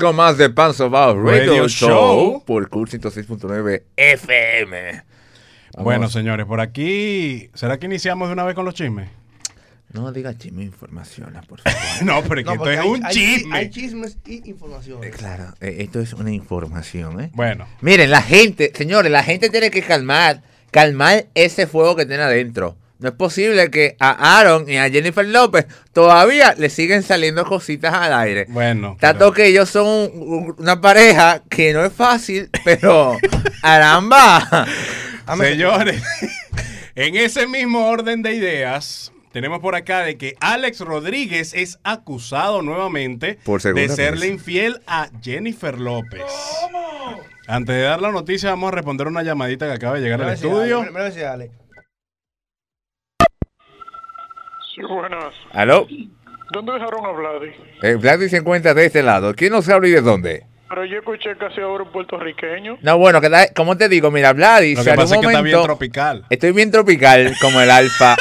con más de Pan Sobao Radio, Radio Show, Show. por Cool 106.9 FM. Vamos. Bueno, señores, por aquí. ¿Será que iniciamos de una vez con los chismes? No digas chisme informaciones, por favor. No, pero es que esto No, porque es hay- un hay- chisme. Hay chismes y información. Eh, claro, eh, esto es una información, ¿eh? Bueno, Miren, la gente, señores, la gente tiene que calmar, calmar ese fuego que tiene adentro. No es posible que a Aaron y a Jennifer López todavía le siguen saliendo cositas al aire. bueno. Tanto pero- que ellos son un- una pareja que no es fácil, pero caramba. Señores, en ese mismo orden de ideas, tenemos por acá de que Alex Rodríguez es acusado nuevamente Por segunda de serle vez. infiel a Jennifer López. Antes de dar la noticia, vamos a responder una llamadita que acaba de llegar al Gracias, estudio. Ale. Gracias, Ale. Sí, buenas. ¿Aló? ¿Dónde dejaron a Vladi? Eh, Vladdy se encuentra de este lado. ¿Quién no sabe y de dónde? Pero yo escuché casi ahora un puertorriqueño. No, bueno, que da- como te digo, mira, Vladdy, Lo salió que un pasa es que está bien momento- tropical. Estoy bien tropical, como el alfa.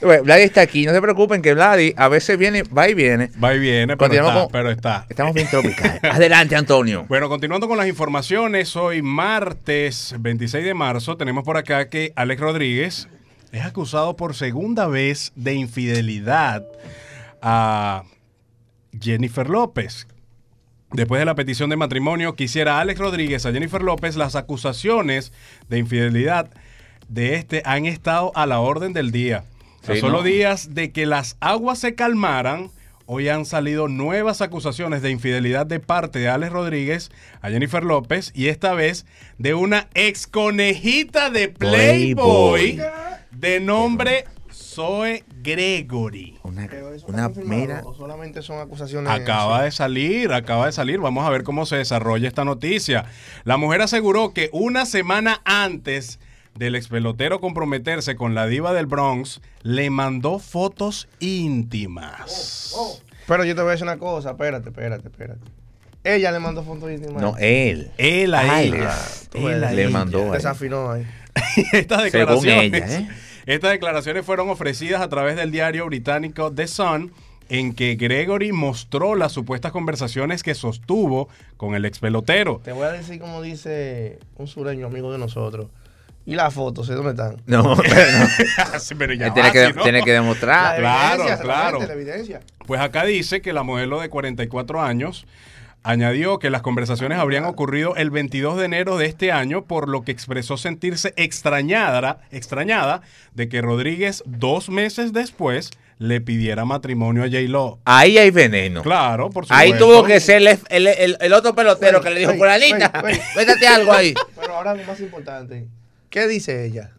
Bueno, Vladi está aquí, no se preocupen que Vladi a veces viene, va y viene. Va y viene, pero Continuamos está, con- pero está. Estamos bien tropical. Adelante, Antonio. Bueno, continuando con las informaciones, hoy martes 26 de marzo tenemos por acá que Alex Rodríguez es acusado por segunda vez de infidelidad a Jennifer López. Después de la petición de matrimonio, quisiera Alex Rodríguez a Jennifer López, las acusaciones de infidelidad de este han estado a la orden del día. a Sí, solo ¿no? días de que las aguas se calmaran, hoy han salido nuevas acusaciones de infidelidad de parte de Alex Rodríguez a Jennifer López y esta vez de una ex conejita de Playboy, Playboy. de nombre Zoe Gregory. Una, Pero eso una está confirmado, mera. o solamente son acusaciones. Acaba de salir, acaba de salir. Vamos a ver cómo se desarrolla esta noticia. La mujer aseguró que una semana antes del expelotero comprometerse con la diva del Bronx, le mandó fotos íntimas. Pero yo te voy a decir una cosa. Espérate, espérate, espérate. Ella le mandó fotos íntimas. No, él. Él Ah, a Ay, ella. tú Él a le ella. mandó a él. Desafinó ahí. Estas Según declaraciones, ella, ¿eh? estas declaraciones fueron ofrecidas a través del diario británico The Sun, en que Gregory mostró las supuestas conversaciones que sostuvo con el expelotero. Te voy a decir como dice un sureño amigo de nosotros. Y las fotos, ¿eh? ¿dónde están? No, pero no. Sí, pero ya Él tiene, va, que, si no. tiene que demostrar. La- Ah, claro, evidencia, claro. solamente La evidencia. Pues acá dice que la modelo de 44 años añadió que las conversaciones habrían ocurrido el 22 de enero de este año, por lo que expresó sentirse extrañada, extrañada de que Rodríguez dos meses después le pidiera matrimonio a J-Lo. Ahí hay veneno. Claro, por supuesto. Ahí tuvo que ser el, el- el- el otro pelotero Güey, que le dijo, güey, Fulanita, güey, güey. métete algo ahí. Pero ahora lo más importante. ¿Qué dice ella?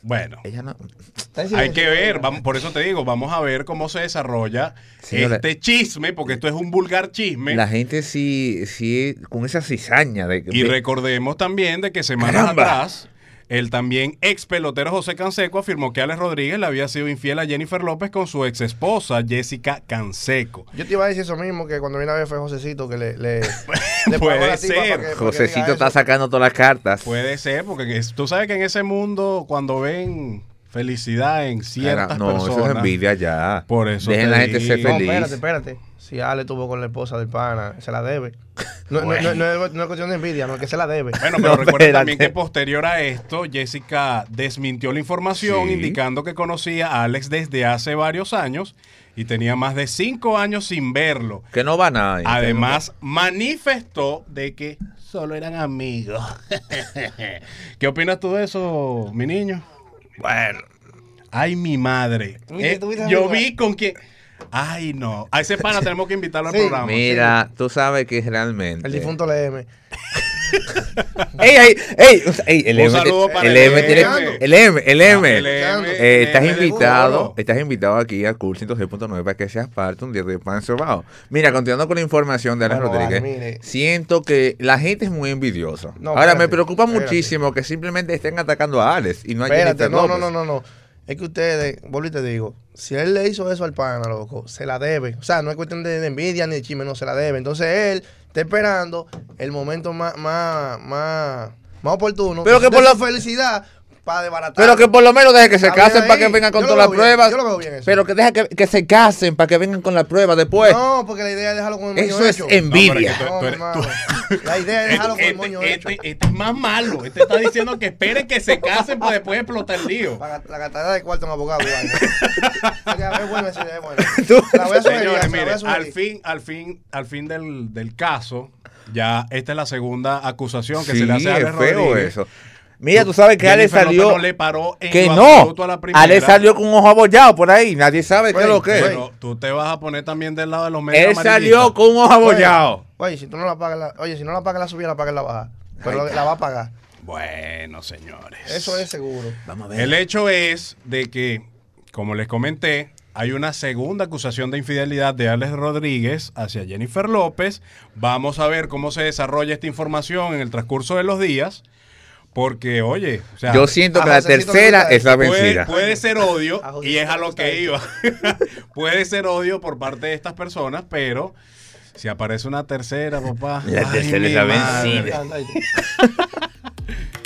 Bueno, Ella no. Está hay en silencio, que ver, ella. vamos, por eso te digo, vamos a ver cómo se desarrolla Señora- este chisme, porque esto es un vulgar chisme. La gente sí, sí, con esa cizaña de Y de- recordemos también de que semanas Caramba. atrás, el también ex pelotero José Canseco afirmó que Alex Rodríguez le había sido infiel a Jennifer López con su ex esposa Jessica Canseco. Yo te iba a decir eso mismo, que cuando vine a ver fue Josecito que le... le, le Puede pagó a la tipa ser. para que- para que Josecito diga está eso. sacando todas las cartas. Puede ser, porque es- tú sabes que en ese mundo, cuando ven felicidad en ciertas Cara, no, personas. eso es envidia ya. Por eso Dejen te la gente digo. ser No, feliz. espérate, espérate. Si Ale tuvo con la esposa del pana, se la debe. No, no- no- no es, no es cuestión de envidia, no es que se la debe. Bueno, pero No, recuerden espérate. también que posterior a esto, Jessica desmintió la información Sí. indicando que conocía a Alex desde hace varios años y tenía más de cinco años sin verlo. Que no van a. Además, manifestó de que solo eran amigos. ¿Qué opinas tú de eso, mi niño? Bueno. Ay, mi madre. Mira, Eh, tú viste yo amigo. vi con quién. Ay, no. A ese pana tenemos que invitarlo al Sí. programa. Mira, tú sabes que es realmente. El difunto Leme. ¡Ey, ey, ey! o sea, ey, el Un M, saludo te- para el el M tiene- M. El M, el M. Ah, el M, Eh, estás el M de invitado, Burro. estás invitado aquí al curso 106.9 para que seas parte un día de pan sobao. Mira, continuando con la información de Ana Bueno, Rodríguez, vale, mire. siento que la gente es muy envidiosa. No, Ahora me espérate, preocupa espérate. muchísimo que simplemente estén atacando a Alex y no este a Espérate, Jennifer no, no, López. no, no, no. Es que ustedes, vuelvo y te digo, si él le hizo eso al pana, loco, se la debe. O sea, no es cuestión de, de envidia ni de chisme, no se la debe. Entonces él está esperando el momento más, más, más, más oportuno. Pero que de por su la- felicidad para desbaratar. Pero que por lo menos deje que se Está bien casen para que ahí. vengan con Yo lo todas las veo bien, pruebas. yo lo veo bien eso. Pero que deje que, que se casen para que vengan con la prueba después. No, porque la idea es dejarlo con el moño Pues, Eso es hecho. No, pero es envidia. que No, tú- tú eres- hermano. tú- La idea es dejarlo con el Este- moño hecho. este, este es más malo. Este está diciendo que esperen que se casen para después explotar el lío. Para la gastadera de cuarto en abogado. igual. Ya, es buena esa idea, es buena. Tú- Se La voy Señores, a sugerir, se la voy mire, a sugerir. al fin, al fin, al fin del, del caso, ya esta es la segunda acusación que se le hace a Alex Rodríguez. Mira, tú sabes que Ale Jennifer López salió. no le paró en que lo no. absoluto a la primera. Ale salió con un ojo abollado por ahí. Nadie sabe qué es lo que es. Bueno, tú te vas a poner también del lado de los Él medios salió con un ojo abollado. Oye, si tú no la pagas, la, oye, si no la pagas la subida, la pagas la baja. Pero la va a pagar. Bueno, señores. Eso es seguro. Vamos a ver. El hecho es de que, como les comenté, hay una segunda acusación de infidelidad de Alex Rodríguez hacia Jennifer López. Vamos a ver cómo se desarrolla esta información en el transcurso de los días. Porque, oye, o sea, Yo siento a que la Josecito le tercera gusta es la puede, vencida. puede ser odio, A José y es a le lo gusta que iba. puede ser odio por parte de estas personas, pero si aparece una tercera, papá. La tercera mi es la madre. vencida. Me encanta, oye.